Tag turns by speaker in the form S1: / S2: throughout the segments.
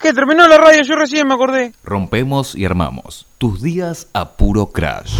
S1: ¿Qué? Terminó la radio, yo recién me acordé.
S2: Rompemos y armamos. Tus días a puro crash.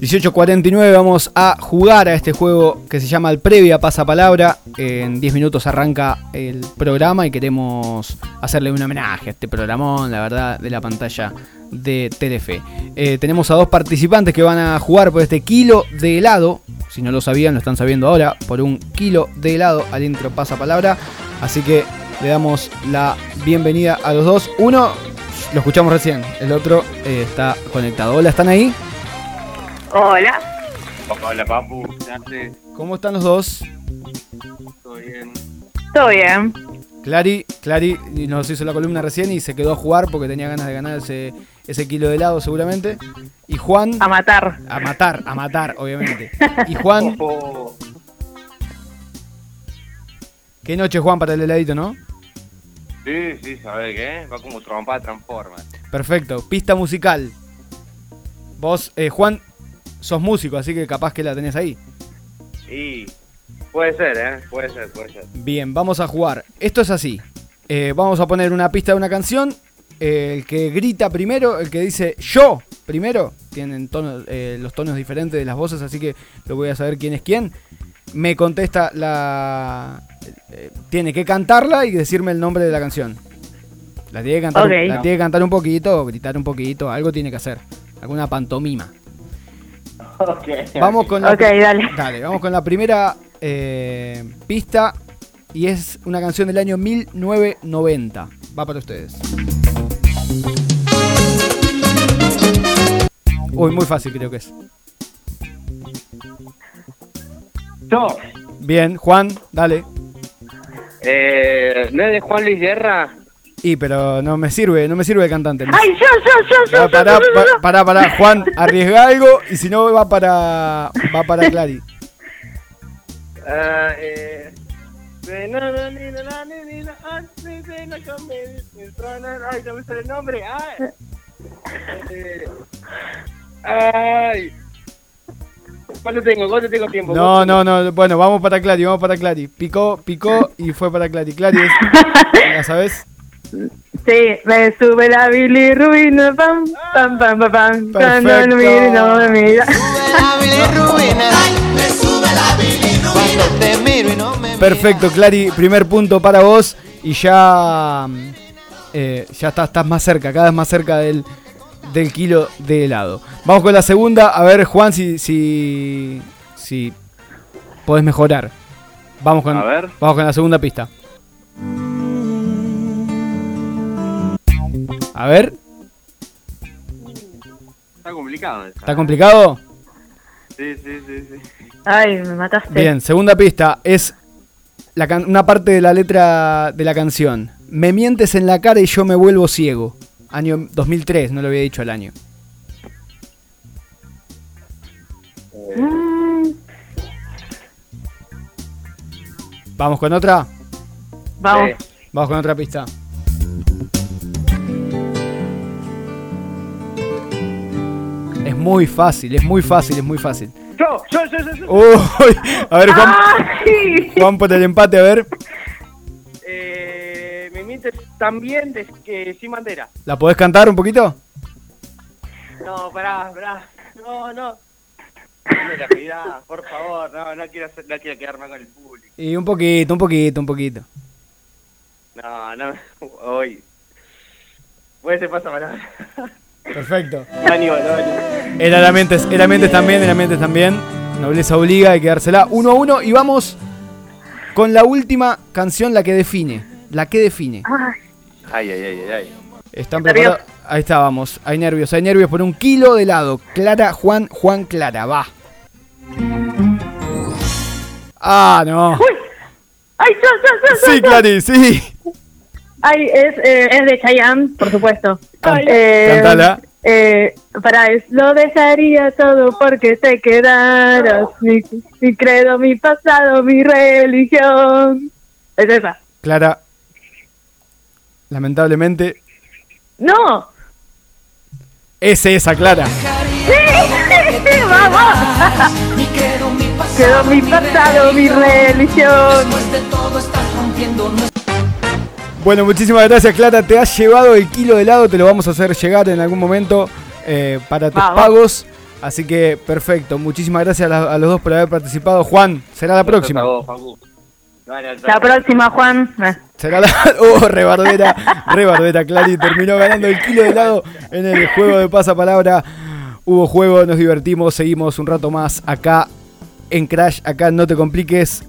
S3: 18.49 vamos a jugar a este juego que se llama el Previa Pasapalabra. En 10 minutos arranca el programa y queremos hacerle un homenaje a este programón, la verdad, de la pantalla de Telefe. Eh, tenemos a dos participantes que van a jugar por este kilo de helado. Si no lo sabían, lo están sabiendo ahora. Por un kilo de helado al intro Pasapalabra. Así que le damos la bienvenida a los dos. Uno lo escuchamos recién, el otro eh, está conectado. Hola, ¿están ahí?
S4: Hola.
S5: Hola, Papu. ¿Qué haces?
S3: ¿Cómo están los dos?
S5: ¿Todo bien?
S4: ¿Todo bien?
S3: Clari, Clari nos hizo la columna recién y se quedó a jugar porque tenía ganas de ganar ese, ese kilo de helado seguramente. Y Juan,
S4: A matar.
S3: a matar, a matar, obviamente. Y Juan,
S5: Ojo.
S3: qué noche Juan para el heladito, ¿no?
S5: Sí, sí, ¿sabes qué? Va como trompa transforma.
S3: Perfecto, pista musical. Vos, eh, Juan, sos músico, así que capaz que la tenés ahí.
S5: Y puede ser, ¿eh? Puede ser, puede ser.
S3: Bien, vamos a jugar. Esto es así. Eh, vamos a poner una pista de una canción. Eh, el que grita primero, el que dice yo primero, tienen tonos, eh, los tonos diferentes de las voces, así que lo voy a saber quién es quién. Me contesta la... eh, tiene que cantarla y decirme el nombre de la canción. La tiene que cantar,
S4: Ok.
S3: la tiene que cantar un poquito, o gritar un poquito, algo tiene que hacer. Alguna pantomima. Vamos con la
S4: Ok, dale.
S3: Dale, vamos con la primera eh, pista y es una canción del año 1990. Va para ustedes. Uy, muy fácil creo que es.
S5: Yo.
S3: Bien, Juan, dale.
S5: Eh, ¿No es de Juan Luis Guerra?
S3: Y pero no me sirve, no me sirve el cantante. Me-
S4: ¡Ay, yo, yo, yo, yo!
S3: Va
S4: yo,
S3: para,
S4: yo, yo, yo.
S3: para, para, Juan, arriesga algo y si no va para va para Clary.
S5: Ah, eh... Ay, ah, no me sale el nombre. Ay. Eh, Ay. ¿Cuánto tengo? ¿Cuánto tengo tiempo?
S3: No, no, no, bueno, vamos para Clary, vamos para Clary. Picó, picó y fue para Clary. Clary, es- ¿la sabes?
S4: Sí, me sube la bilirrubina, pam, pam, pam, pam, pam. Cuando
S3: Perfecto.
S4: me mira y no me mira.
S3: Perfecto, Clary, primer punto para vos y ya mm, eh, ya estás, estás más cerca, cada vez más cerca del, del kilo de helado. Vamos con la segunda, a ver Juan si si si podés mejorar. Vamos con
S5: A ver.
S3: vamos con la segunda pista. A ver,
S5: Está complicado. esa.
S3: ¿está complicado?
S5: Sí, sí, sí, sí.
S4: Ay, me mataste.
S3: Bien, segunda pista es la can- una parte de la letra de la canción. Me mientes en la cara y yo me vuelvo ciego. Año 2003, no lo había dicho el año.
S4: Mm,
S3: Vamos con otra,
S4: vamos.
S5: Eh,
S3: vamos con otra pista. Es muy fácil, es muy fácil, es muy fácil.
S5: Yo, yo, yo, yo, yo.
S3: Uy, a ver, Juan,
S4: ¡Ay!
S3: Juan por el empate, a ver.
S5: Eh, me mientes también de que sin bandera.
S3: ¿La podés cantar un poquito?
S5: No, pará, pará. No, no. No me la pidás, por favor. No, no quiero, hacer- no quiero quedarme con el público.
S3: Y un poquito, un poquito, un poquito.
S5: No, no. Hoy. Puede ser pasa palabra.
S3: Perfecto.
S5: Aníbal, no, Aníbal.
S3: Era la Mentes, era Mentes también, era Mentes también. Nobleza obliga, hay que dársela. Uno a uno y vamos con la última canción, la que define. La que define.
S5: Ay, ay, ay, ay, ay.
S3: ¿Están preparados? Ahí está, vamos. Hay nervios, hay nervios por un kilo de helado. Clara, Juan, Juan, Clara, va. Ah, no.
S4: ¡Ay, yo, yo, yo, yo,
S3: Sí,
S4: yo!
S3: Clary, sí.
S4: Ay, es, eh, es de Chayanne, por supuesto.
S3: Can-
S4: eh,
S3: cantala.
S4: Eh, para es, lo dejaría todo porque te quedaras. Mi, mi credo, mi pasado, mi religión. Es esa.
S3: Clara, lamentablemente,
S4: ¡No!
S3: es esa, Clara.
S4: ¡Sí! ¡Vamos! Quedó mi pasado, mi religión.
S6: Después de todo estás rompiendo nuestro
S3: Bueno, muchísimas gracias, Clara. Te has llevado el kilo de helado, te lo vamos a hacer llegar en algún momento eh, para tus
S4: Vamos.
S3: pagos. Así que perfecto, muchísimas gracias a, la- a los dos por haber participado. Juan, será la próxima.
S5: Gracias a vos, Facu. Dale, hasta
S4: La
S5: luego.
S4: próxima, Juan. Ah,
S3: Será la. Oh, rebardera, rebardera, Clary terminó ganando el kilo de helado en el juego de pasapalabra. Hubo juego, nos divertimos, seguimos un rato más acá en Crash, acá en no te compliques.